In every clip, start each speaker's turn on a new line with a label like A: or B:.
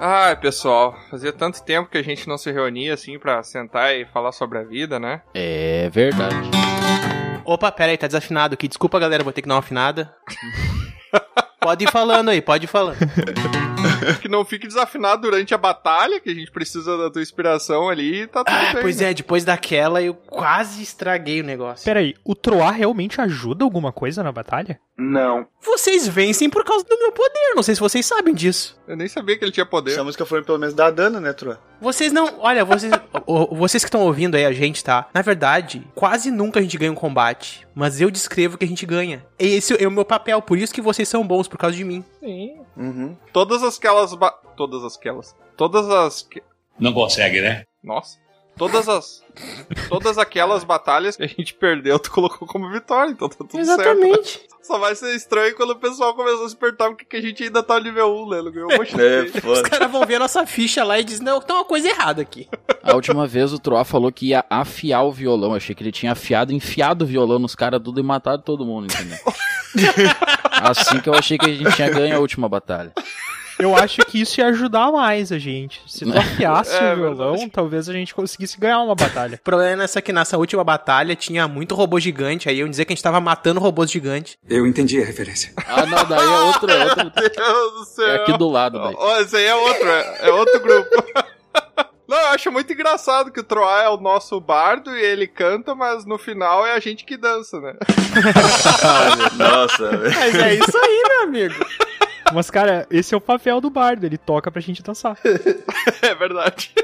A: Ah, pessoal, fazia tanto tempo que a gente não se reunia assim pra sentar e falar sobre a vida, né?
B: É verdade.
C: Opa, pera aí, tá desafinado aqui. Desculpa, galera, vou ter que dar uma afinada. pode ir falando aí, pode ir falando.
A: que não fique desafinado durante a batalha, que a gente precisa da tua inspiração ali e tá tudo
C: Ah,
A: bem.
C: pois
A: né?
C: é, depois daquela eu quase estraguei o negócio.
D: Peraí, o Troar realmente ajuda alguma coisa na batalha?
E: Não.
C: Vocês vencem por causa do meu poder, não sei se vocês sabem disso.
A: Eu nem sabia que ele tinha poder.
E: Se a música for pelo menos dar dano, né, Troa?
C: Vocês não. Olha, vocês. o- o- vocês que estão ouvindo aí a gente, tá? Na verdade, quase nunca a gente ganha um combate. Mas eu descrevo que a gente ganha. Esse é o meu papel, por isso que vocês são bons, por causa de mim.
A: Sim.
E: Uhum.
A: Todas aquelas. Ba... Todas aquelas. Todas as. que-
F: Não consegue, né?
A: Nossa. Todas as. Todas aquelas batalhas que a gente perdeu, tu colocou como vitória, então tá tudo certo. Só vai ser estranho quando o pessoal começar a se perguntar porque que a gente ainda tá no nível 1, né? Não ganhou um monte de
E: É,
A: gente.
C: Os
E: foda.
C: caras vão ver a nossa ficha lá e dizem, não, tem uma coisa errada aqui.
B: A última vez o Troá falou que ia afiar o violão. Achei que ele tinha afiado, enfiado o violão nos caras tudo e matado todo mundo, entendeu? assim que eu achei que a gente tinha ganho a última batalha.
D: Eu acho que isso ia ajudar mais a gente. Se tu afiasse
A: É,
D: o violão,
A: verdade.
D: talvez a gente conseguisse ganhar uma batalha.
C: O problema é nessa que nessa última batalha tinha muito robô gigante, aí eu dizer que a gente tava matando robôs gigantes.
G: Eu entendi a referência.
B: Ah, não, daí é outra, é outra.
A: Meu Deus do céu.
B: É aqui do lado, daí.
A: Ó, esse aí é outro, é, é outro grupo. Não, eu acho muito engraçado que o Troá é o nosso bardo e ele canta, mas no final é a gente que dança, né?
E: Nossa, velho.
C: Mas é isso aí, meu amigo.
D: Mas, cara, esse é o papel do bardo, ele toca pra gente dançar.
A: É verdade.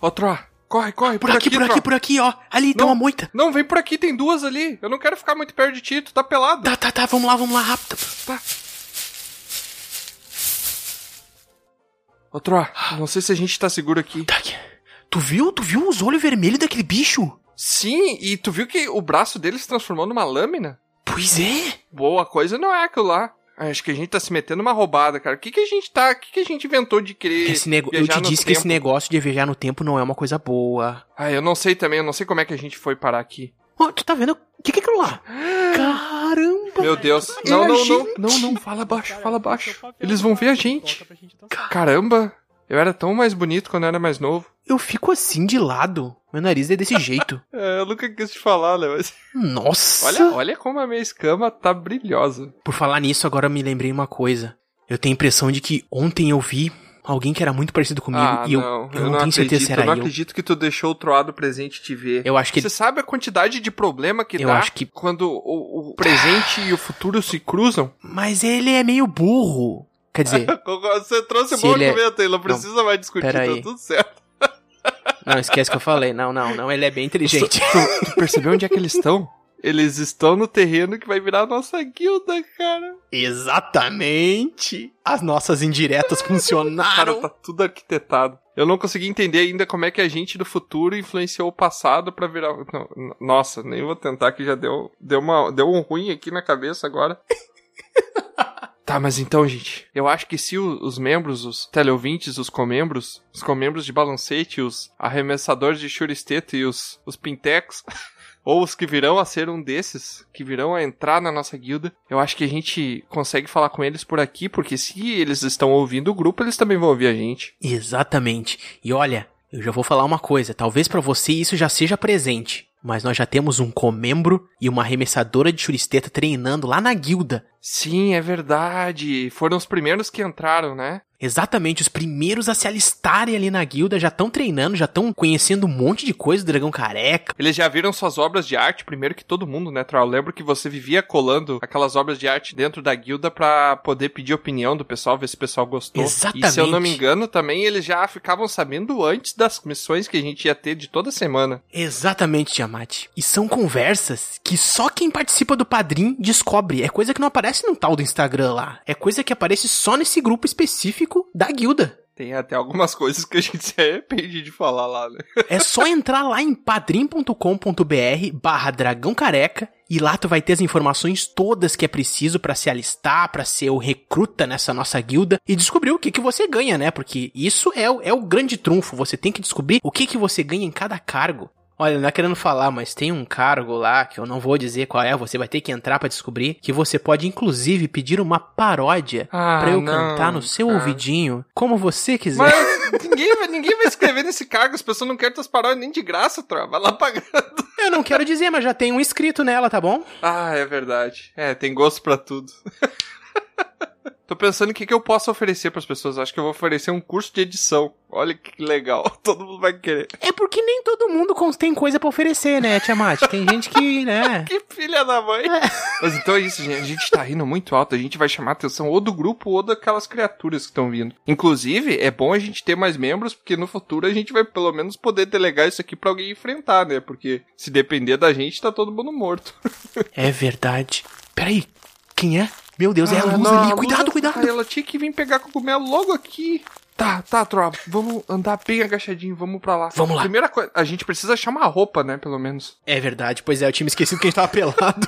A: Ó, Troá, corre, corre,
C: Por aqui, por aqui, por aqui, ó. Ali, tem
A: Não.
C: uma moita.
A: Não, vem por aqui, tem duas ali. Eu não quero ficar muito perto de ti, tu tá pelado.
C: Tá, tá, tá, vamos lá, vamos lá, rápido.
A: Ô, Troá, não sei se a gente tá seguro aqui.
C: Tá aqui. Tu viu? Tu viu os olhos vermelhos daquele bicho?
A: Sim, e tu viu que o braço dele se transformou numa lâmina?
C: Pois é.
A: Boa coisa não é aquilo lá. Acho que a gente tá se metendo numa roubada, cara. O que que a gente tá... O que que a gente inventou de querer
C: Esse nego... Eu
A: viajar
C: te
A: no
C: disse que esse
A: tempo?
C: negócio de viajar no tempo não é uma coisa boa.
A: Ah, eu não sei também, eu não sei como é que a gente foi parar aqui.
C: Ó, tu tá vendo? O que que é aquilo lá? Caramba.
A: Meu Deus.
C: É
A: Não,
C: a
A: não, não,
C: gente.
A: não, não, fala baixo, fala
D: é
A: baixo. Eles vão ver a gente. tá Caramba, eu era tão mais bonito quando eu era mais novo.
C: Eu fico assim de lado. Meu nariz é desse jeito.
A: É, eu nunca quis te falar, né? Mas...
C: Nossa.
A: Olha, olha como a minha escama tá brilhosa.
C: Por falar nisso, agora eu me lembrei uma coisa. Eu tenho a impressão de que ontem eu vi alguém que era muito parecido comigo
A: ah,
C: e eu,
A: não,
C: eu não, tenho certeza se
A: eu
C: era
A: não
C: eu.
A: acredito que tu deixou o troado presente te ver.
C: Eu acho que
A: Você sabe a quantidade de problema que
C: Eu
A: dá
C: acho que-
A: quando o, o presente e o futuro se cruzam?
C: Mas ele é meio burro. Quer dizer,
A: Você trouxe
C: um Se bom ele é-
A: aí, não
C: precisa
A: mais discutir,
C: pera tá aí.
A: tudo certo.
C: não esquece que eu falei. Não, não, não, ele é bem inteligente.
A: Tu, tu percebeu onde é que eles estão? Eles estão no terreno que vai virar a nossa guilda, cara.
C: Exatamente. As nossas indiretas
A: Cara,
C: funcionaram.
A: tá tudo arquitetado. Eu não consegui entender ainda como é que a gente do futuro influenciou o passado pra virar. não, n- nossa, nem vou tentar que já deu, deu, uma, deu um ruim aqui na cabeça agora. Tá, mas então, gente, eu acho que se o- os membros, os teleouvintes, os comembros, os comembros de balancete, os arremessadores de churisteto e os, os pintecos, ou os que virão a ser um desses, que virão a entrar na nossa guilda, eu acho que a gente consegue falar com eles por aqui, porque se eles estão ouvindo o grupo, eles também vão ouvir a gente.
C: Exatamente. E olha, eu já vou falar uma coisa. Talvez pra você isso já seja presente. Mas nós já temos um comembro e uma arremessadora de churisteta treinando lá na guilda.
A: Sim, é verdade. Foram os primeiros que entraram, né?
C: Exatamente, os primeiros a se alistarem ali na guilda já estão treinando, já estão conhecendo um monte de coisa do dragão careca.
A: Eles já viram suas obras de arte primeiro que todo mundo, né, Troll? Eu lembro que você vivia colando aquelas obras de arte dentro da guilda pra poder pedir opinião do pessoal, ver se o pessoal gostou. E se eu não me
C: Exatamente.
A: engano, também eles já ficavam sabendo antes das missões que a gente ia ter de toda semana.
C: Exatamente, Tiamat. E são conversas que só quem participa do padrim descobre. É coisa que não aparece no tal do Instagram lá. É coisa que aparece só nesse grupo específico da guilda.
A: Tem até algumas coisas que a gente se arrepende de falar lá, né?
C: É só entrar lá em padrim.com.br barra dragão careca e lá tu vai ter as informações todas que é preciso pra se alistar, pra ser o recruta nessa nossa guilda e descobrir o que que você ganha, né? Porque isso é, o- é o grande trunfo, você tem que descobrir o que que você ganha em cada cargo. Olha, não é querendo falar, mas tem um cargo lá que eu não vou dizer qual é, você vai ter que entrar pra descobrir, que você pode inclusive pedir uma paródia
A: Ah,
C: pra eu cantar no seu ouvidinho, como você quiser.
A: Mas ninguém, vai- ninguém vai escrever nesse cargo, as pessoas não querem tuas paródias nem de graça, Troa. Vai lá pagar.
C: Eu não quero dizer, mas já tem um inscrito nela, tá bom?
A: Ah, é verdade. É, tem gosto pra tudo. Tô pensando o que, que eu posso oferecer pras pessoas. Acho que eu vou oferecer um curso de edição. Olha que legal. Todo mundo vai querer.
C: É porque nem todo mundo cons- tem coisa pra oferecer, né, Tiamat? Tem gente que, né?
A: Que filha da mãe. Mas então é isso, gente. A gente tá rindo muito alto. A gente vai chamar a atenção ou do grupo ou daquelas criaturas que estão vindo. Inclusive, é bom a gente ter mais membros, porque no futuro a gente vai pelo menos poder delegar isso aqui pra alguém enfrentar, né? Porque se depender da gente, tá todo mundo morto.
C: É verdade. Peraí, quem é? Meu Deus, é a luz
A: Ah, não,
C: ali.
A: a
C: Cuidado,
A: Luz-
C: cuidado.
A: Ai, ela tinha que vir pegar cogumelo logo aqui. Tá, tá, tropa. Vamos andar bem agachadinho, vamos pra lá.
C: Vamos lá.
A: Primeira coisa, a gente precisa achar uma roupa, né? Pelo menos.
C: É verdade, pois é, eu tinha me esquecido que a gente tava pelado.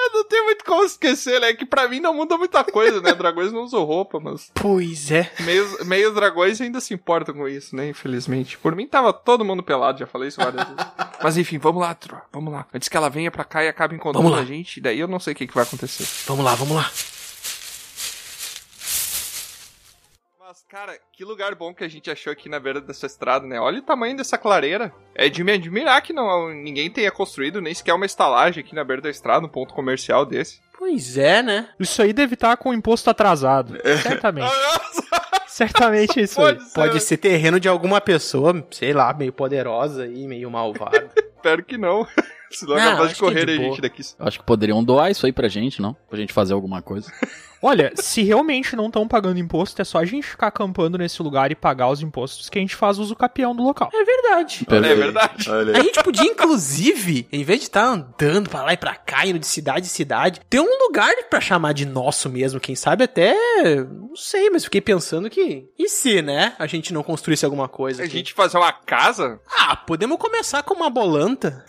A: Eu não tenho muito como esquecer, né? Que pra mim não muda muita coisa, né? Dragões não usam roupa, mas.
C: pois é.
A: Meios, meios dragões ainda se importam com isso, né? Infelizmente. Por mim tava todo mundo pelado, já falei isso várias vezes. Mas enfim, vamos lá, Tro. Vamos lá. Antes que ela venha pra cá e acabe encontrando
C: Vamos lá.
A: a gente, daí eu não sei o que, que vai acontecer.
C: Vamos lá, vamos lá.
A: Mas, cara, que lugar bom que a gente achou aqui na beira dessa estrada, né? Olha o tamanho dessa clareira. É de me admirar que não, ninguém tenha construído nem sequer uma estalagem aqui na beira da estrada, um ponto comercial desse.
C: Pois é, né?
D: Isso aí deve estar com o imposto atrasado.
A: É.
D: Certamente. Certamente isso aí.
C: Pode ser terreno de alguma pessoa, sei lá, meio poderosa e meio malvada.
A: Espero que não. Senão
C: Não,
A: é capaz
C: acho
A: de
C: que é de
A: correr a
C: boa.
A: gente daqui.
B: Eu Acho que poderiam doar isso aí pra gente, não? Pra gente fazer alguma coisa.
D: Olha, se realmente não estão pagando imposto, é só a gente ficar acampando nesse lugar e pagar os impostos que a gente faz uso capião do local.
C: é verdade.
A: É verdade.
E: Olha
C: A
E: aí.
C: gente podia, inclusive, em vez de estar andando pra lá e pra cá, indo de cidade em cidade, ter um lugar pra chamar de nosso mesmo, quem sabe até. Não sei, mas fiquei pensando que. E se, né? A gente não construísse alguma coisa.
A: A
C: aqui?
A: gente fazer uma casa
C: Ah, podemos começar com uma bolanta.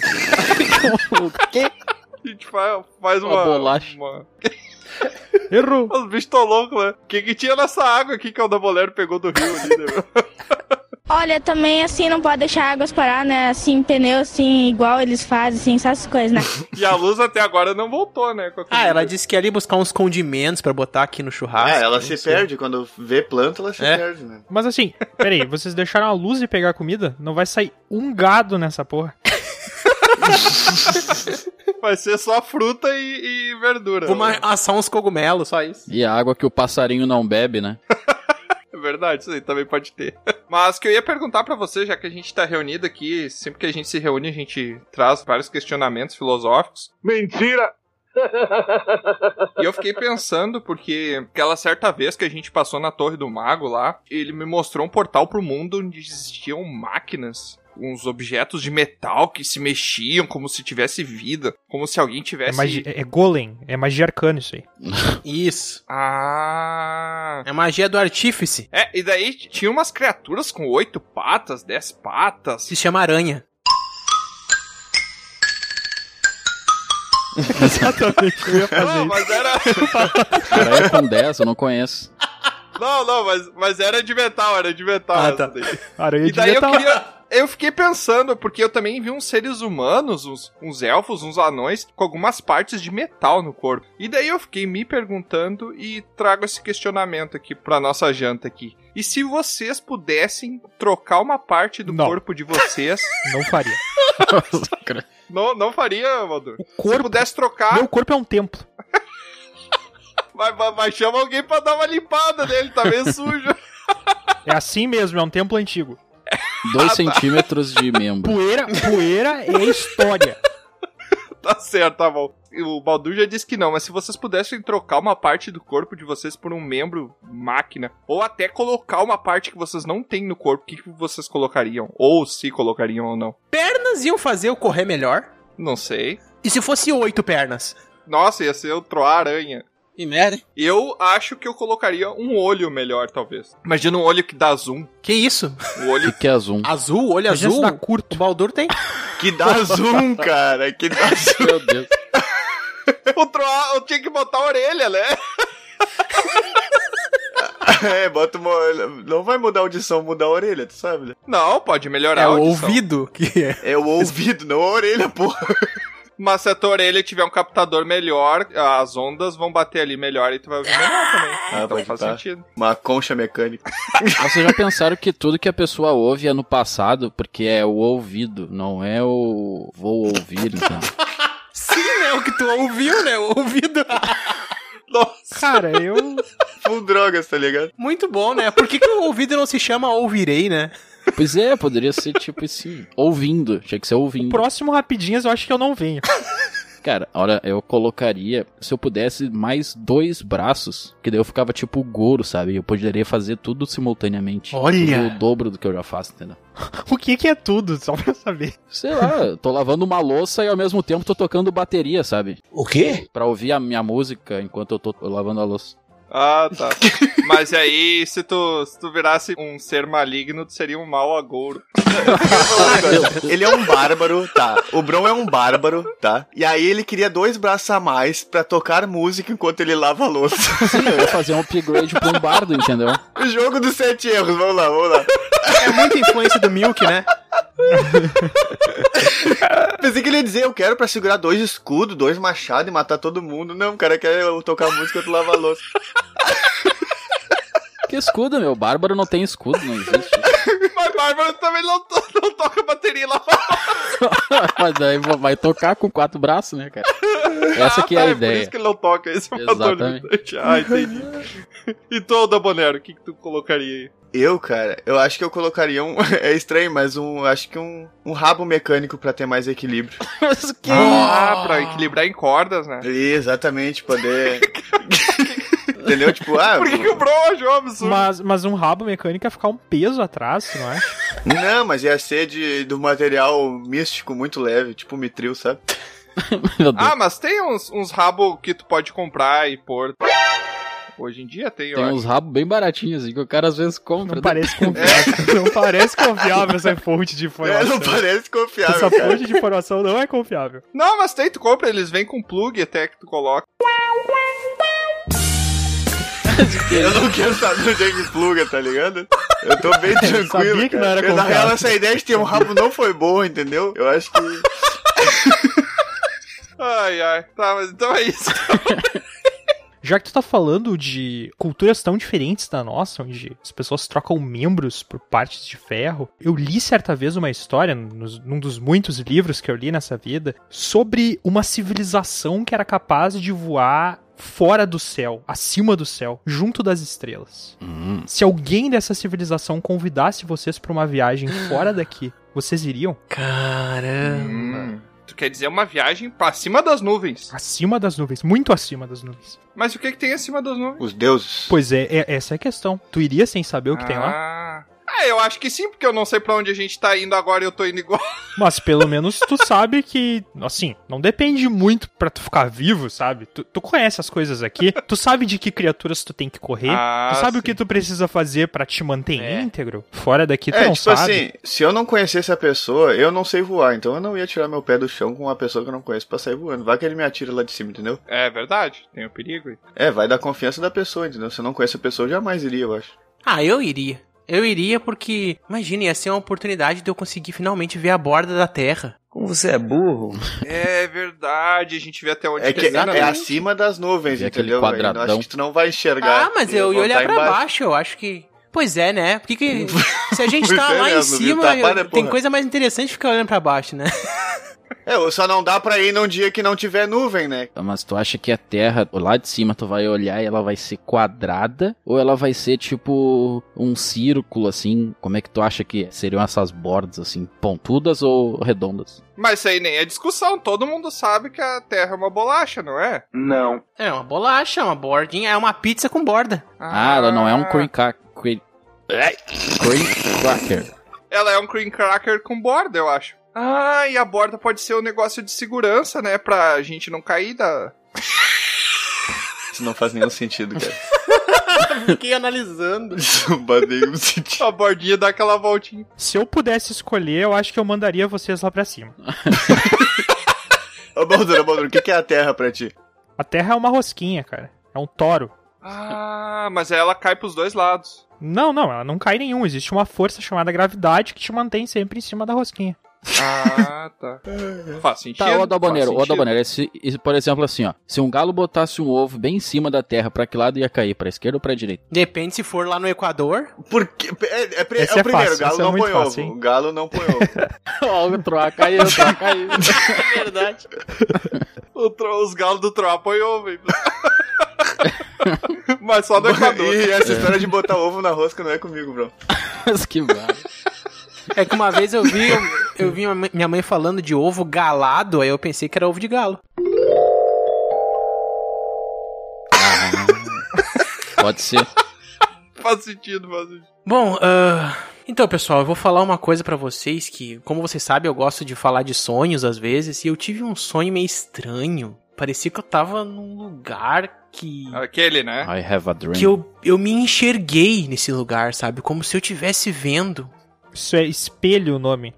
A: A gente faz, faz uma.
B: Uma bolacha.
A: uma-
D: Errou.
A: Os bichos tão loucos, né? O que, que tinha nessa água aqui que o Dabolero pegou do rio ali, né? meu?
F: Olha, também assim não pode deixar águas parar, né? Assim, pneu assim, igual eles fazem, assim, essas coisas, né?
A: e a luz até agora não voltou, né? com a comida.
C: Ah, ela disse que ia ali buscar uns condimentos pra botar aqui no churrasco.
E: Ah, ela
C: não
E: se
C: sei.
E: perde. Quando vê planta, ela se
C: É.
E: perde, né?
D: Mas assim, peraí, vocês deixaram a luz e pegar comida? Não vai sair um gado nessa porra.
A: Vai ser só fruta e, e verdura.
C: Vamos
A: né?
C: assar uns cogumelos, só isso.
B: E a água que o passarinho não bebe, né?
A: É verdade, isso aí também pode ter. Mas o que eu ia perguntar pra você, já que a gente tá reunido aqui, sempre que a gente se reúne, a gente traz vários questionamentos filosóficos.
G: Mentira!
A: E eu fiquei pensando, porque aquela certa vez que a gente passou na Torre do Mago lá, ele me mostrou um portal pro mundo onde existiam máquinas. Uns objetos de metal que se mexiam como se tivesse vida, como se alguém
D: É,
A: tivesse.
D: magi- é golem, é magia arcana isso aí.
C: Isso.
A: Ah.
C: É magia do artífice.
A: É, e daí t- tinha umas criaturas com oito patas, dez patas.
C: Se chama aranha.
D: Exatamente, eu ia
A: Não, mas era.
B: Aranha com 10, eu não conheço.
A: Não, não, mas, mas era de metal, era de metal.
C: Ah,
A: essa
C: tá.
A: daí.
D: Aranha
A: E
D: de
A: daí eu
D: metal.
A: queria. Eu fiquei pensando, porque eu também vi uns seres humanos, uns, uns elfos, uns anões, com algumas partes de metal no corpo. E daí eu fiquei me perguntando e trago esse questionamento aqui pra nossa janta aqui. E se vocês pudessem trocar uma parte do
D: Não.
A: corpo de vocês.
D: Não faria.
A: não, não faria, Valdur?
D: O
A: Se
D: corpo...
A: pudesse trocar,
D: Meu corpo é um templo.
A: mas, mas- mas chama alguém pra dar uma limpada nele, tá meio sujo.
D: É assim mesmo, é um templo antigo.
B: 2 centímetros de membro.
D: Poeira, poeira é história.
A: Tá certo, tá bom. E O Baldur já disse que não, mas se vocês pudessem trocar uma parte do corpo de vocês por um membro máquina, ou até colocar uma parte que vocês não têm no corpo, o que, que vocês colocariam? Ou se colocariam ou não?
C: Pernas iam fazer eu correr melhor.
A: Não sei.
C: E se fosse oito pernas?
A: Nossa, ia ser o Troar Aranha.
G: Que merda, hein?
A: Eu acho que eu colocaria um olho melhor, talvez. Imagina um olho que dá zoom.
C: Que isso?
A: O olho
B: O que, que é zoom?
C: Azul, olho
D: Imagina
C: azul.
D: se dá curto.
C: O Baldur tem.
E: Que dá zoom, cara. Que dá zoom.
B: Meu Deus.
A: O Troá, eu tinha que botar a orelha, né?
E: É, bota uma. Não vai mudar a audição, mudar a orelha, tu sabe? né?
A: Não, pode melhorar
C: É
A: a
C: o
A: audição.
C: ouvido. Que é.
E: É o ouvido, não a orelha, porra.
A: Mas se a tua orelha tiver um captador melhor, as ondas vão bater ali melhor e tu vai ouvir melhor também.
E: Ah,
A: então
E: pode
A: faz
E: tá.
A: sentido.
E: Uma concha mecânica.
B: Ah, Vocês já pensaram que tudo que a pessoa ouve é no passado, porque é o ouvido, não é o vou ouvir, então.
C: Sim, né? O que tu ouviu, né? O ouvido.
D: Cara, eu.
E: Full drogas, tá ligado?
C: Muito bom, né? Por que, que o ouvido não se chama ouvirei, né?
B: Pois é, poderia ser tipo assim, ouvindo, tinha que ser
D: O
B: ouvindo.
D: próximo Rapidinhas eu acho que eu não venho.
B: Cara, olha, eu colocaria, se eu pudesse, mais dois braços, que daí eu ficava tipo o Goro, sabe? Eu poderia fazer tudo simultaneamente. Tudo O
C: Olha!
B: dobro do que eu já faço, entendeu?
D: O que que é tudo, só pra eu saber.
B: Sei lá, eu tô lavando uma louça e ao mesmo tempo tô tocando bateria, sabe?
G: O quê?
B: Pra ouvir a minha música enquanto eu tô lavando a louça.
A: Ah, tá. Mas aí, se tu, se tu virasse um ser maligno, tu seria um mau agouro.
E: Tá Ele é um bárbaro, tá? O Bron é um bárbaro, tá? E aí ele queria dois braços a mais pra tocar música enquanto ele lava a louça.
B: Sim, eu ia fazer um upgrade pra um bardo, entendeu?
E: o jogo dos sete erros, vamos lá, vamos lá.
C: É muita influência do Milk, né?
E: Pensei que ele ia dizer, eu quero pra segurar dois escudos, dois machados e matar todo mundo. Não, o cara quer eu tocar música enquanto lava a louça.
B: Que escudo, meu? Bárbaro não tem escudo, não existe.
A: Mas Bárbara também não, to- não toca bateria lá.
B: Mas daí vo- vai tocar com quatro braços, né, cara? Essa que é
A: Ah,
B: a
A: tá, Por
B: ideia.
A: isso que ele não toca, esse é um fator
B: Exatamente.
A: limitante. Ah, entendi. E tu, Dabonero, o que, que tu colocaria aí?
E: Eu, cara, eu acho que eu colocaria um. É estranho, mas um. Acho que um, um rabo mecânico pra ter mais equilíbrio.
A: Ah, pra equilibrar em cordas, né?
E: Exatamente, poder. Entendeu? Tipo, ah.
A: Por que, que o Bro achou um absurdo?
D: Mas, mas um rabo mecânico ia ficar um peso atrás, não é?
E: Não, mas ia ser de, do material místico muito leve, tipo mitril, sabe?
B: Meu Deus.
A: Ah, mas tem uns, uns rabos que tu pode comprar e pôr. Hoje em dia tem,
B: Tem
A: ó.
B: uns rabos bem baratinhos, assim, que o cara às vezes compra. né?
D: Não parece confiável. Não parece confiável essa fonte de
E: É,
D: informação.
E: não
C: né?
E: parece confiável,
D: Essa
E: cara.
D: fonte de informação não é confiável.
A: Não, mas tem, tu compra, eles vêm com plug até que tu coloca.
E: Eu não quero saber onde é que pluga, tá ligado? Eu tô bem tranquilo.
D: sabia que não
E: cara.
D: era
E: Eu, Na
D: confiável.
E: real, essa ideia de ter um rabo não foi boa, entendeu? Eu acho que.
A: Ai, ai. Tá, mas então é isso.
D: Já que tu tá falando de culturas tão diferentes da nossa, onde as pessoas trocam membros por partes de ferro, eu li certa vez uma história, nos- num dos muitos livros que eu li nessa vida, sobre uma civilização que era capaz de voar fora do céu, acima do céu, junto das estrelas.
B: Hum.
D: Se alguém dessa civilização convidasse vocês pra uma viagem fora daqui, vocês iriam? É.
C: Caramba.
A: Hum. Tu quer dizer uma viagem pra cima das nuvens.
D: Acima das nuvens, muito acima das nuvens.
A: Mas o que que tem acima das nuvens?
E: Os deuses.
D: Pois é, é- essa é a questão. Tu iria sem saber o que tem lá?
A: Ah. Ah, eu acho que sim, porque eu não sei pra onde a gente tá indo agora e eu tô indo igual.
D: Mas pelo menos tu sabe que, assim, não depende muito pra tu ficar vivo, sabe? Tu, tu conhece as coisas aqui, tu sabe de que criaturas tu tem que correr,
A: Ah,
D: tu sabe
A: sim.
D: o que tu precisa fazer pra te manter
C: É.
D: íntegro. Fora daqui tu
E: é,
D: não
E: tipo
D: sabe.
E: assim, se eu não conhecesse a pessoa, eu não sei voar, então eu não ia tirar meu pé do chão com uma pessoa que eu não conheço pra sair voando. Vai que ele me atira lá de cima, entendeu?
A: É verdade, tem o perigo. aí.
E: É, vai da confiança da pessoa, entendeu? Se eu não conheço a pessoa, eu jamais iria, eu acho.
C: Ah, eu iria. Eu iria porque, imagina, ia ser uma oportunidade de eu conseguir finalmente ver a borda da Terra.
G: Como você é burro.
A: É verdade, a gente vê até onde
E: É que
A: termina,
E: é
A: né?
E: acima das nuvens,
D: é
B: Ver aquele
E: entendeu? velho? Eu
B: quadradão.
E: acho que tu não vai enxergar.
C: Ah, mas
E: Ia
C: eu ia olhar
E: voltar
C: pra
E: embaixo.
C: baixo, eu acho que. Pois é, né? Porque que- se a gente
E: Pois
C: tá
E: é
C: lá né, em
E: mesmo, viu?
C: cima,
E: Tá,
C: eu-
E: para,
C: tem
E: porra.
C: coisa mais interessante ficar olhando pra baixo, né?
E: É, ou só não dá pra ir num dia que não tiver nuvem, né?
B: Tá, Mas tu acha que a Terra, lá de cima, tu vai olhar e ela vai ser quadrada? Ou ela vai ser tipo um círculo, assim? Como é que tu acha que seriam essas bordas, assim, pontudas ou redondas?
A: Mas isso aí nem é discussão, todo mundo sabe que a Terra é uma bolacha, não é?
C: É uma bolacha, uma bordinha, é uma pizza com borda.
B: Ah, ela não é um cream cracker. Cream cracker.
A: Ela é um cream cracker com borda, eu acho. Ah, e a borda pode ser um negócio de segurança, né? Pra gente não cair da.
E: Isso não faz nenhum sentido, cara.
C: Fiquei analisando.
E: Isso não faz nenhum sentido.
A: A bordinha dá aquela voltinha.
D: Se eu pudesse escolher, eu acho que eu mandaria vocês lá pra cima.
E: Ô, Baldur, ô, Baldur, o que que é a Terra pra ti?
D: A Terra é uma rosquinha, cara. É um toro.
A: Ah, mas aí ela cai pros dois lados.
D: Não, não, ela não cai nenhum. Existe uma força chamada gravidade que te mantém sempre em cima da rosquinha.
A: Ah, tá. Faz sentido.
B: Tá, o Adalboneiro,
A: faz
B: o
A: sentido.
B: Adalboneiro, esse, esse, por exemplo, assim, ó. Se um galo botasse um ovo bem em cima da terra, pra que lado ia cair? Pra esquerda ou pra direita?
C: Depende se for lá no Equador.
E: Porque. É, é, pre-
D: Esse
E: é
D: é
E: o primeiro,
D: fácil,
E: o Galo
D: esse é
E: não
D: muito
E: põe
D: fácil,
E: ovo.
D: hein?
E: O Galo não põe ovo.
B: Ó, o Troá caiu, o Troá caiu.
C: É verdade.
A: O tro- os galos do Troá põem ovo, hein? Mas
E: é
A: só no Equador.
E: E essa história de botar ovo na rosca não é comigo, bro.
B: Mas que barra.
C: É que uma vez eu vi, eu, eu vi uma- minha mãe falando de ovo galado, aí eu pensei que era ovo de galo.
B: Pode ser.
A: Faz sentido, faz sentido.
C: Bom, ah, então pessoal, eu vou falar uma coisa pra vocês que, como vocês sabem, eu gosto de falar de sonhos às vezes, e eu tive um sonho meio estranho. Parecia que eu tava num lugar que.
A: Aquele, né?
B: I have a dream.
C: que eu, eu me enxerguei nesse lugar, sabe? Como se eu estivesse vendo.
D: Isso é espelho o nome.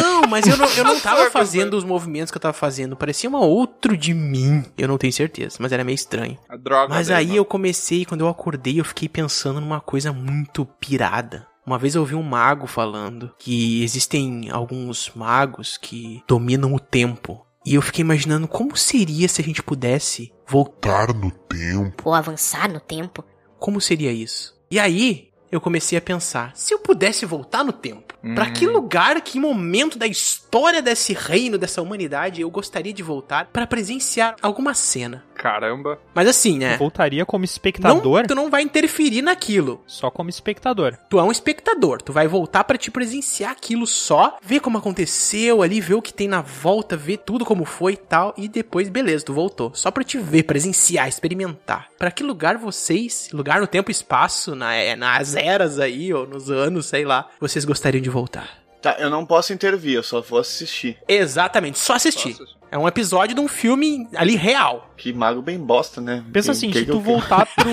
C: Não, mas eu não, eu não tava fazendo os movimentos que eu tava fazendo. Parecia um outro de mim. Eu não tenho certeza, mas era meio estranho.
A: A droga.
C: Mas
A: dele, né?
C: aí
A: mano.
C: eu comecei, quando eu acordei, eu fiquei pensando numa coisa muito pirada. Uma vez eu ouvi um mago falando que existem alguns magos que dominam o tempo. E eu fiquei imaginando como seria se a gente pudesse voltar.
G: voltar no tempo.
H: Pô, avançar no tempo.
C: Como seria isso? E aí eu comecei a pensar: se eu pudesse voltar no tempo,
A: Hum.
C: pra que lugar, que momento da história desse reino, dessa humanidade eu gostaria de voltar pra presenciar alguma cena?
A: Caramba.
C: Mas assim,
D: Um
C: né?
D: Voltaria como espectador,
C: Não, tu não vai interferir naquilo.
D: só como espectador.
C: Tu é um espectador, tu vai voltar pra te presenciar aquilo só, ver como aconteceu ali, ver o que tem na volta, ver tudo como foi e tal, e depois, beleza, tu voltou. Só pra te ver, presenciar, experimentar. Pra que lugar vocês, lugar no tempo e espaço, na, é, nas eras aí, ou nos anos, sei lá, vocês gostariam de voltar?
E: Tá, eu não posso intervir, eu só vou assistir.
C: Exatamente, só assistir.
A: Nossa,
C: É um episódio de um filme ali real.
E: Que mago bem bosta, né?
D: Pensa
E: Que-
D: assim,
E: que
D: se
E: que
D: tu
E: eu-
D: voltar pro.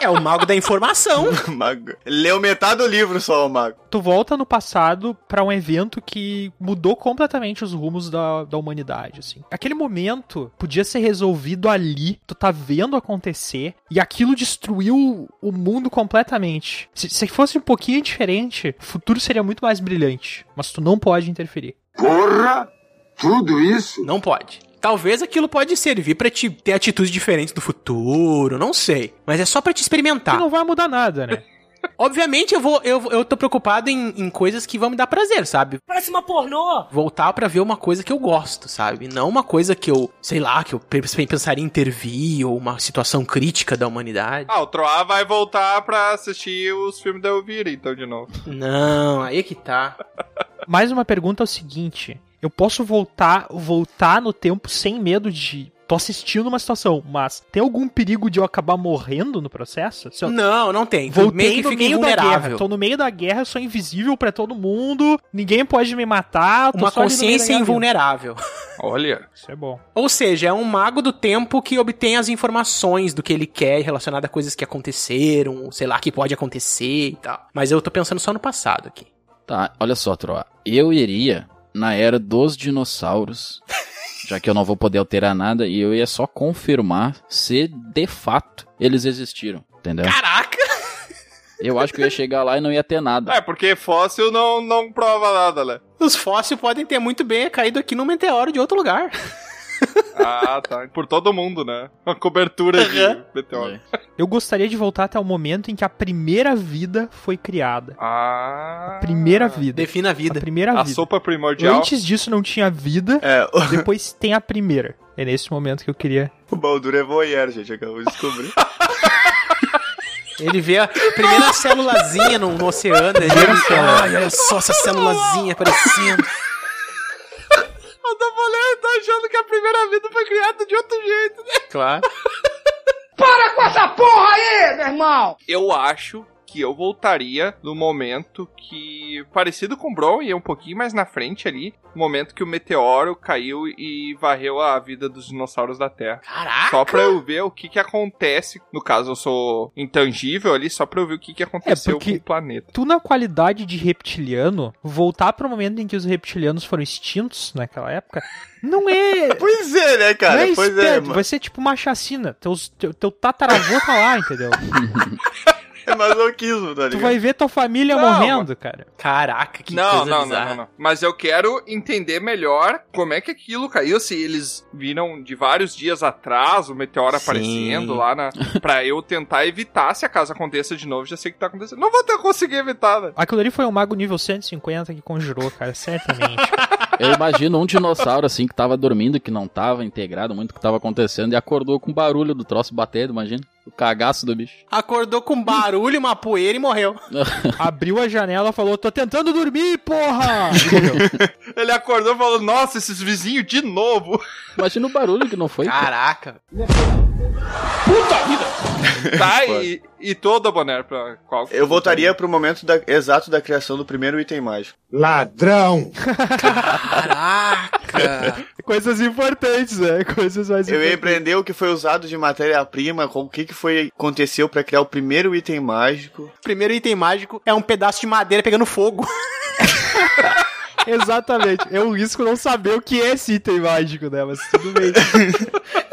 C: É o mago da informação.
E: mago. Leu metade do livro só, o mago.
D: Tu volta no passado pra um evento que mudou completamente os rumos da, da humanidade, assim. Aquele momento podia ser resolvido ali, tu tá vendo acontecer, e aquilo destruiu o mundo completamente. Se, se fosse um pouquinho diferente, o futuro seria muito mais brilhante, mas tu não pode interferir.
G: Porra! Tudo isso?
C: Não pode. Talvez aquilo pode servir pra te ter atitudes diferentes do futuro, não sei. Mas é só pra te experimentar.
D: Que não vai mudar nada, né?
C: Obviamente eu vou, eu, vou- eu tô preocupado em, em coisas que vão me dar prazer, sabe?
I: Parece uma pornô!
C: Voltar pra ver uma coisa que eu gosto, sabe? Não uma coisa que eu, sei lá, que eu pe- pensaria em intervir ou uma situação crítica da humanidade.
A: Ah, o Troá vai voltar pra assistir os filmes da Elvira, então, de novo.
C: Não, aí
D: é
C: que tá.
D: Mais uma pergunta é o seguinte: eu posso voltar, voltar no tempo sem medo de tô assistindo uma situação, mas tem algum perigo de eu acabar morrendo no processo? Se eu
C: Não, não tem. Tu
D: voltei no
C: então fica
D: meio da guerra,
C: invulnerável.
D: tô no meio da guerra, eu sou invisível pra todo mundo, ninguém pode me matar, tô
C: Uma
D: só ali no meio da
C: consciência
D: guerra.
C: invulnerável.
A: Olha.
D: Isso é bom.
C: Ou seja, é um mago do tempo que obtém as informações do que ele quer relacionado a coisas que aconteceram, sei lá, que pode acontecer e tal. Mas eu tô pensando só no passado aqui.
B: Tá, olha só, Troá. Eu iria na era dos dinossauros, já que eu não vou poder alterar nada, e eu ia só confirmar se de fato eles existiram, entendeu?
C: Caraca!
B: Eu acho que eu ia chegar lá e não ia ter nada.
A: É, porque fóssil não, não prova nada, né?
C: Os fósseis podem ter muito bem caído aqui num meteoro de outro lugar.
A: Ah, tá. Por todo mundo, né? Uma cobertura de meteoro.
B: É.
D: Eu gostaria de voltar até o momento em que a primeira vida foi criada.
A: Ah.
D: A primeira vida.
C: Defina a
D: A
C: vida.
D: primeira
A: A
D: vida.
A: sopa primordial.
D: Antes disso não tinha vida,
E: É, o,
D: depois tem a primeira. É nesse momento que eu queria
E: o Baldur é voyeur, gente, acabou de descobrir.
C: Ele vê a primeira célulazinha no, no oceano. Ele olha, "Ai, olha só essa célulazinha aparecendo.
A: O da mulher tá achando que a primeira vida foi criada de outro jeito.
C: Claro.
A: Eu acho que eu voltaria no momento que. Parecido com o Bron, e é um pouquinho mais na frente ali. no Momento que o meteoro caiu e varreu a vida dos dinossauros da Terra.
C: Caraca!
A: Só pra eu ver o que que acontece. No caso, eu sou intangível ali, só pra eu ver o que que aconteceu
D: porque-
A: com o planeta.
D: Tu, na qualidade de reptiliano, voltar pro momento em que os reptilianos foram extintos naquela época, não é.
E: Pois é, né,
D: não
E: cara?
D: é
E: pois é,
D: esperto,
E: ma-
D: vai ser tipo uma chacina. Teus, teu, teu tataravô tá lá, entendeu?
E: é masoquismo, tá
D: tu
E: ligado?
D: vai ver tua família
A: Não,
D: morrendo, cara.
C: Caraca, que
A: não,
C: coisa
A: não,
C: bizarra.
A: não, não, não. Mas eu quero entender melhor como é que aquilo caiu, se eles viram de vários dias atrás o meteoro
E: Sim.
A: aparecendo lá na. pra eu tentar evitar se a casa aconteça de novo, já sei o que tá acontecendo. Não vou ter conseguir evitar, né?
D: Aquilo ali foi um mago nível 150 que conjurou, cara, certamente.
B: Eu imagino um dinossauro assim que tava dormindo, que não tava integrado muito com o que tava acontecendo e acordou com o barulho do troço batendo, imagina. O cagaço do bicho.
C: Acordou com barulho, uma poeira e morreu.
D: Abriu a janela e falou: Tô tentando dormir, porra!
A: Ele acordou e falou: Nossa, esses vizinhos de novo.
B: Imagina o barulho que não foi. cara.
C: Caraca.
A: tá, e, e toda, Bonner, pra qual?
E: Eu voltaria pro momento da- exato da criação do primeiro item mágico.
G: Ladrão!
C: Caraca.
D: Coisas importantes, né? Coisas mais
E: Eu ia empreender o que foi usado de matéria-prima, com- o que, que foi aconteceu pra criar o primeiro item mágico.
C: Primeiro item mágico é um pedaço de madeira pegando fogo.
D: Exatamente. É um risco não saber o que é esse item mágico, né? Mas tudo bem.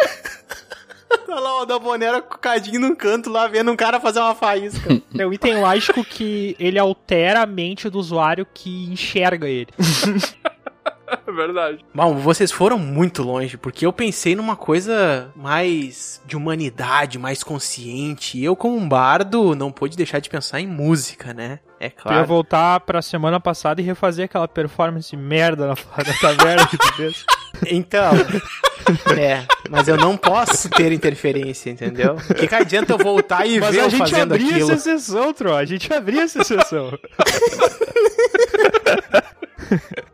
C: Olha lá o Dabonera com o cadinho num canto lá, vendo um cara fazer uma faísca.
D: É um item mágico que ele altera a mente do usuário que enxerga ele.
A: É verdade.
C: Bom, vocês foram muito longe, porque eu pensei numa coisa mais de humanidade, mais consciente. E eu, como um bardo, não pude deixar de pensar em música, né? É
D: Tu ia
C: claro.
D: voltar pra semana passada e refazer aquela performance merda na, na taverna que tu fez.
C: Então. é, mas eu não posso ter interferência, entendeu? O que, que adianta eu voltar e
D: Mas
C: ver
D: a
C: eu
D: gente
C: fazendo
D: abria
C: aquilo?
D: essa sessão, Tro. A gente abria essa sessão.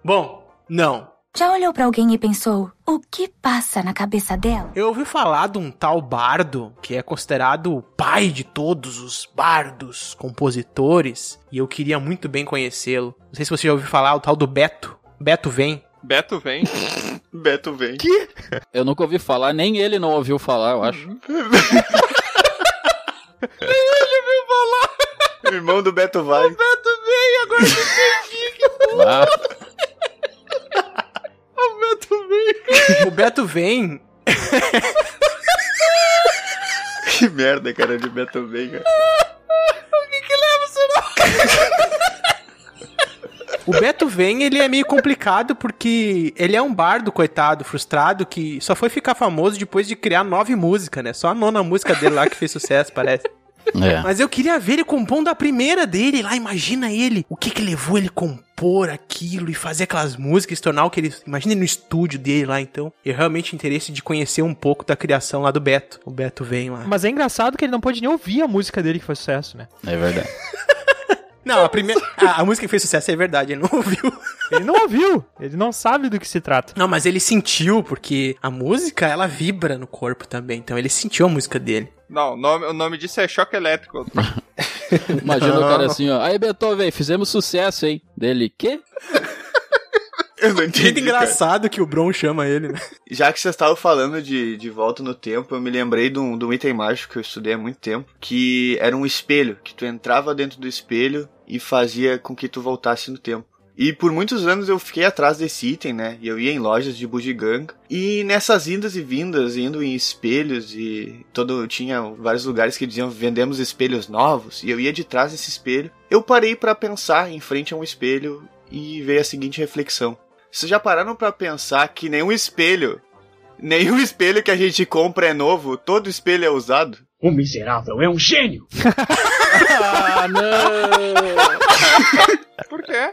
C: Bom, não.
H: Já olhou pra alguém e pensou o que passa na cabeça dela?
C: Eu ouvi falar de um tal bardo que é considerado o pai de todos os bardos, compositores, e eu queria muito bem conhecê-lo. Não sei se você já ouviu falar o tal do Beto. Beto vem.
A: Beto vem.
E: Beto vem.
B: Eu nunca ouvi falar, nem ele não ouviu falar, eu acho.
E: O irmão do Beto vai.
B: Ah,
C: O Beto vem.
E: que merda, cara, de Beto vem, cara.
C: O Beto vem, ele é meio complicado porque ele é um bardo, coitado, frustrado, que só foi ficar famoso depois de criar nove músicas, né? Só a nona música dele lá que fez sucesso, parece.
B: é.
C: Mas eu queria ver ele compondo a primeira dele lá, imagina ele. O que que levou ele a compor aquilo e fazer aquelas músicas, se tornar o que ele... Imagina ele no estúdio dele lá, então. Eu realmente tenho interesse de conhecer um pouco da criação lá do Beto. O Beto vem lá.
D: Mas é engraçado que ele não pôde nem ouvir a música dele que foi sucesso, né?
B: É verdade.
C: Não, a primeira... A, a música que fez sucesso é verdade, ele não ouviu.
D: Ele não ouviu. Ele não sabe do que se trata.
C: Não, mas ele sentiu, porque a música, ela vibra no corpo também. Então ele sentiu a música dele.
A: Não, o nome, o nome disso é choque elétrico.
B: Imagina o cara assim, ó. Aí, Beethoven, fizemos sucesso, hein? Dele, quê?
E: Eu não
C: Jeito
E: entendi, cara.
C: engraçado que o Bron chama ele, né?
E: Já que vocês estavam falando de, de volta no tempo, eu me lembrei de um, de um item mágico que eu estudei há muito tempo, que era um espelho, que tu entrava dentro do espelho e fazia com que tu voltasse no tempo. E por muitos anos eu fiquei atrás desse item, né? E eu ia em lojas de bugiganga. E nessas indas e vindas, indo em espelhos e todo tinha vários lugares que diziam vendemos espelhos novos, e eu ia de trás desse espelho. Eu parei pra pensar em frente a um espelho e veio a seguinte reflexão. Vocês já pararam pra pensar que nenhum espelho, nenhum espelho que a gente compra é novo, todo espelho é usado?
I: O miserável é um gênio!
B: Ah, não!
A: Por quê?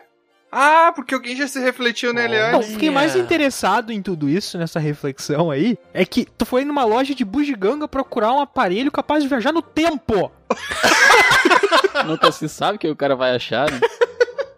A: Ah, porque alguém já se refletiu nele
C: Bom,
D: Não,
A: antes.
D: fiquei mais interessado em tudo isso, nessa reflexão aí, é que tu foi numa loja de bugiganga procurar um aparelho capaz de viajar no tempo.
B: Nunca se sabe o que o cara vai achar, né?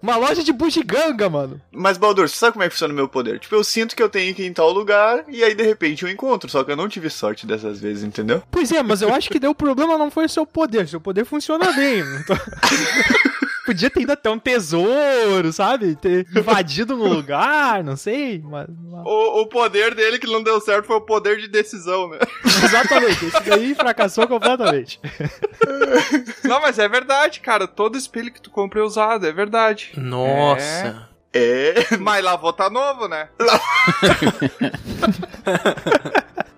D: Uma loja de bugiganga, mano.
E: Mas, Baldur, você sabe como é que funciona o meu poder? Tipo, eu sinto que eu tenho que ir em tal lugar e aí de repente eu encontro. Só que eu não tive sorte dessas vezes, entendeu?
D: Pois é, mas eu acho que deu problema não foi o seu poder. Seu poder funciona bem. Não tô- Podia ter ido até um tesouro, sabe? Ter invadido um lugar, não sei. Mas...
A: O, o poder dele que não deu certo foi o poder de decisão, né?
D: Exatamente, esse daí fracassou completamente.
A: Não, mas é verdade, cara. Todo espelho que tu compra é usado, é verdade.
C: Nossa.
E: É.
A: Mas lá vou tá novo, né?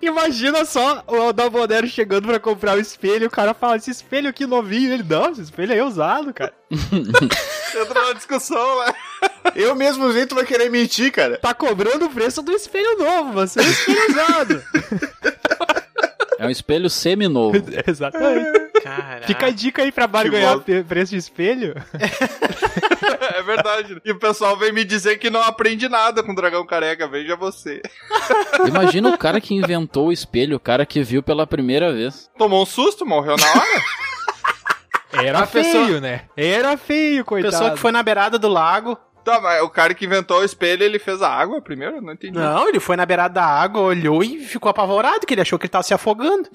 D: Imagina só o Aldabonero chegando pra comprar o espelho, o cara fala, esse espelho aqui novinho. Ele, não, esse espelho aí é usado, cara.
A: Entra na discussão né? lá.
E: Eu mesmo usei, tu vai querer mentir, cara.
D: Tá cobrando o preço do espelho novo, mas é um espelho usado.
B: É um espelho semi-novo.
D: Exatamente.
C: Caraca.
D: Fica a dica aí pra barganhar pe- preço de espelho.
A: É verdade. E o pessoal vem me dizer que não aprende nada com dragão careca. Veja você.
B: Imagina o cara que inventou o espelho, o cara que viu pela primeira vez.
A: Tomou um susto, morreu na hora.
D: Era
C: A
D: feio,
C: pessoa-
D: né? Era feio, coitado.
C: Pessoa que foi na beirada do lago.
A: tá, mas o cara que inventou o espelho, ele fez a água primeiro? Não entendi.
C: Não, ele foi na beirada da água, olhou e ficou apavorado, que ele achou que ele tava se afogando.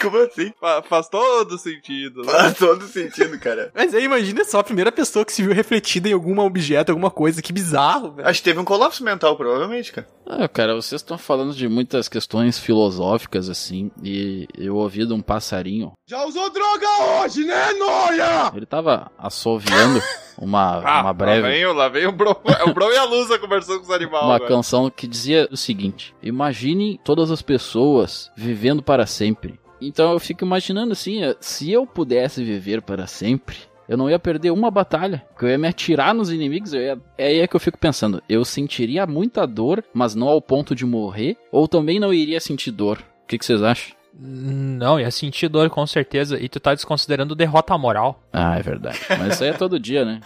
E: Como assim?
A: Fa- Faz todo sentido. né?
E: Faz todo sentido, cara.
C: Mas aí imagina só a primeira pessoa que se viu refletida em algum objeto, alguma coisa, que bizarro, velho.
E: Acho que teve um colapso mental, provavelmente, cara.
B: Ah, cara, vocês estão falando de muitas questões filosóficas, assim, e eu ouvi de um passarinho.
A: Já usou droga hoje, né, Noia?
B: Ele tava assoviando uma,
A: Ah,
B: uma
A: Lá
B: breve.
A: vem, o- lá vem o Bro, é o Bro e a Lusa conversando com os animais.
B: Uma
A: velho.
B: canção que dizia o seguinte: Imaginem todas as pessoas vivendo para sempre. Então eu fico imaginando assim: eh, se eu pudesse viver para sempre, eu não ia perder uma batalha. Porque eu ia me atirar nos inimigos. Eu ia... É aí que eu fico pensando: eu sentiria muita dor, mas não ao ponto de morrer, ou também não iria sentir dor. O que, que vocês acham?
D: Não, ia sentir dor com certeza. E tu tá desconsiderando derrota moral.
B: Ah, é verdade. Mas isso aí é todo dia, né?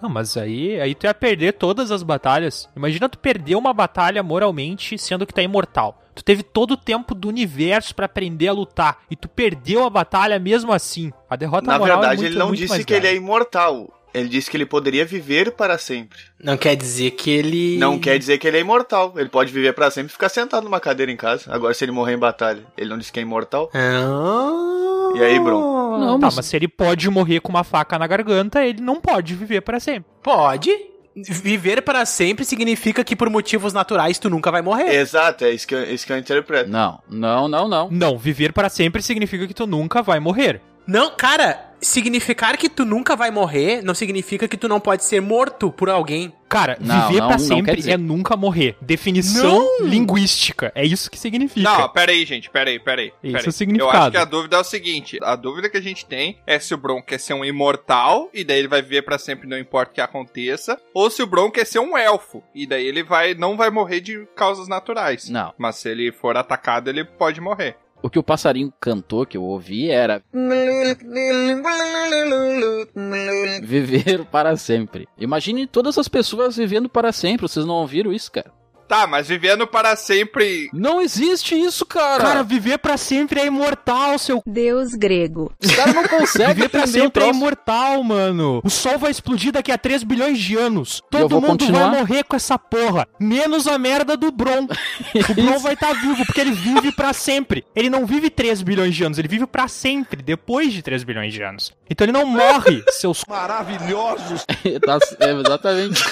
D: Não, mas aí, aí tu ia perder todas as batalhas. Imagina tu perder uma batalha moralmente, sendo que tá imortal. Tu teve todo o tempo do universo pra aprender a lutar. E tu perdeu a batalha mesmo assim. A derrota
E: Na
D: moral
E: verdade,
D: é muito,
E: ele não
D: muito
E: disse
D: mais
E: que ele é
D: grave.
E: imortal. Ele disse que ele poderia viver para sempre.
C: Não quer dizer que ele.
E: Não quer dizer que ele é imortal. Ele pode viver para sempre e ficar sentado numa cadeira em casa. Agora, se ele morrer em batalha, ele não disse que é imortal?
C: Ah.
E: E aí, Bron?
B: Não,
D: Tá,
B: mas
D: mas se ele pode morrer com uma faca na garganta, ele não pode viver pra sempre.
C: Pode. Viver para sempre significa que por motivos naturais tu nunca vai morrer.
E: Exato, é isso que eu, isso que eu interpreto.
B: Não, não, não, não.
D: Não, viver pra sempre significa que tu nunca vai morrer.
C: Não, cara, significar que tu nunca vai morrer não significa que tu não pode ser morto por alguém.
D: Cara,
B: Não,
D: viver
B: não,
D: pra
B: não quer
D: sempre
B: dizer.
D: é nunca morrer. Definição linguística. É isso que significa.
A: Não, peraí, gente, peraí, peraí.
D: Isso
A: peraí.
D: é o significado.
A: Eu acho que a dúvida é o seguinte: a dúvida que a gente tem é se o Bron quer ser um imortal, e daí ele vai viver pra sempre, não importa o que aconteça, ou se o Bron quer ser um elfo, e daí ele vai não vai morrer de causas naturais.
B: Não.
A: Mas se ele for atacado, ele pode morrer.
B: O que o passarinho cantou que eu ouvi era. Viver para sempre. Imagine todas as pessoas vivendo para sempre. Vocês não ouviram isso, cara?
A: Tá, mas vivendo para sempre.
B: Não existe isso, cara!
D: Cara, viver pra sempre é imortal, seu.
J: Deus grego.
B: os caras não conseguem
D: Viver pra
B: entender o
D: sempre é
B: troço.
D: imortal, mano. O sol vai explodir daqui a 3 bilhões de anos.
B: eu
D: Todo
B: vou
D: mundo
B: continuar?
D: vai morrer com essa porra. Menos a merda do Bron. o Bron vai estar vivo, porque ele vive pra sempre. Ele não vive 3 bilhões de anos, ele vive pra sempre, depois de 3 bilhões de anos. Então ele não morre, seus.
B: Tá- é, exatamente.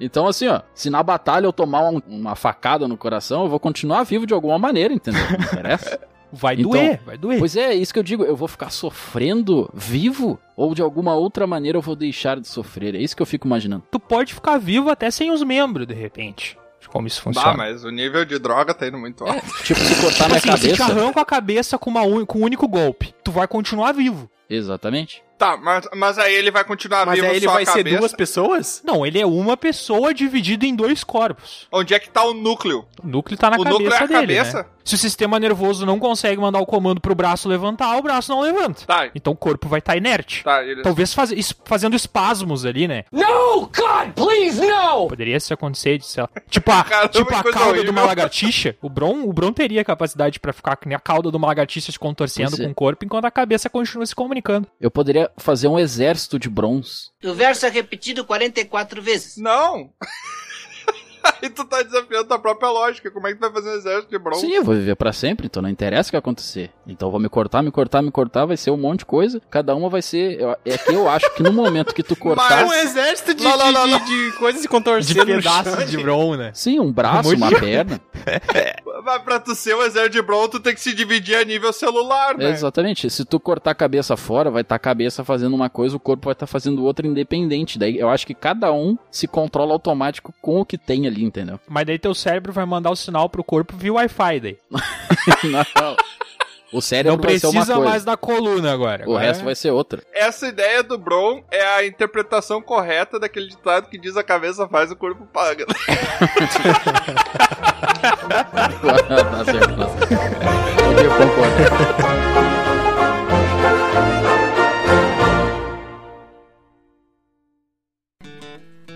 B: Então, assim, ó, se na batalha eu tomar um- uma facada no coração, eu vou continuar vivo de alguma maneira, entendeu? Não interessa.
D: Vai
B: Então-
D: doer, vai doer.
B: Pois é, é isso que eu digo. Eu vou ficar sofrendo vivo? Ou de alguma outra maneira eu vou deixar de sofrer? É isso que eu fico imaginando.
D: tu pode ficar vivo até sem os membros, de repente. De como isso funciona.
A: Bah, mas o nível de droga tá indo muito alto.
B: Tipo, se cortar
D: Tipo
B: minha
D: assim, se te
B: cabeça.
D: arrancam a cabeça com, uma un- com um único golpe, tu vai continuar vivo.
B: Exatamente.
A: Tá, mas, mas aí ele vai
E: Tá
A: continuar
C: Mas
A: vivo
C: aí ele
A: só
C: vai
A: a cabeça.
C: ser duas pessoas?
D: Não, ele é uma pessoa dividida em dois corpos.
A: Onde é que tá o núcleo?
D: O núcleo tá na
A: o
D: cabeça
A: núcleo é a
D: dele, né?
A: cabeça?
D: Se o sistema nervoso não consegue mandar o comando pro braço levantar, o braço não levanta.
A: Tá,
D: Então o corpo vai estar inerte.
A: tá, ele.
D: Talvez faz- es- fazendo espasmos ali, né?
I: No, God, please, no!
D: Poderia isso acontecer, de, sei lá. Tipo a,
A: Caramba,
D: tipo a
A: que coisa
D: cauda de
A: horrível.
D: uma lagartixa. O Bron, o Bron teria capacidade pra ficar com a cauda de uma lagartixa se contorcendo
B: Pois é.
D: com o corpo, enquanto a cabeça continua se comunicando.
B: Eu poderia fazer um exército de bronze.
H: O verso é repetido 44 vezes.
A: Não! Aí tu tá desafiando tua própria lógica. Como é que tu vai fazer um exército de bronze?
B: Sim, eu vou viver pra sempre, então não interessa o que acontecer. Então eu vou me cortar, me cortar, me cortar, vai ser um monte de coisa. Cada uma vai ser. eu- É que eu acho que no momento que tu
E: Tá.
C: Ah,
B: cortar.
K: É um exército de,
A: Não, não, não,
K: de- de- de coisas se contorcendo no chão.
D: Tipo de bron, né?
B: Sim, um braço,
D: Um monte
B: uma
D: de-
B: perna.
A: Mas pra tu ser um exército de bronze, tu tem que se dividir a nível celular, né?
B: Exatamente. Se tu cortar a cabeça fora, vai estar a cabeça fazendo uma coisa, o corpo vai estar fazendo outra independente. Daí eu acho que cada um se controla automático com o que tem ali, entendeu?
D: Mas daí teu cérebro vai mandar o sinal pro corpo via Wi-Fi daí.
B: Não. O cérebro
D: Não
B: vai ser uma
D: precisa
B: coisa.
D: mais da coluna agora.
B: O resto vai ser outra.
A: Essa ideia do Bron é a interpretação correta daquele ditado que diz a cabeça faz, o corpo paga.
B: tá certo. Não. Eu concordo.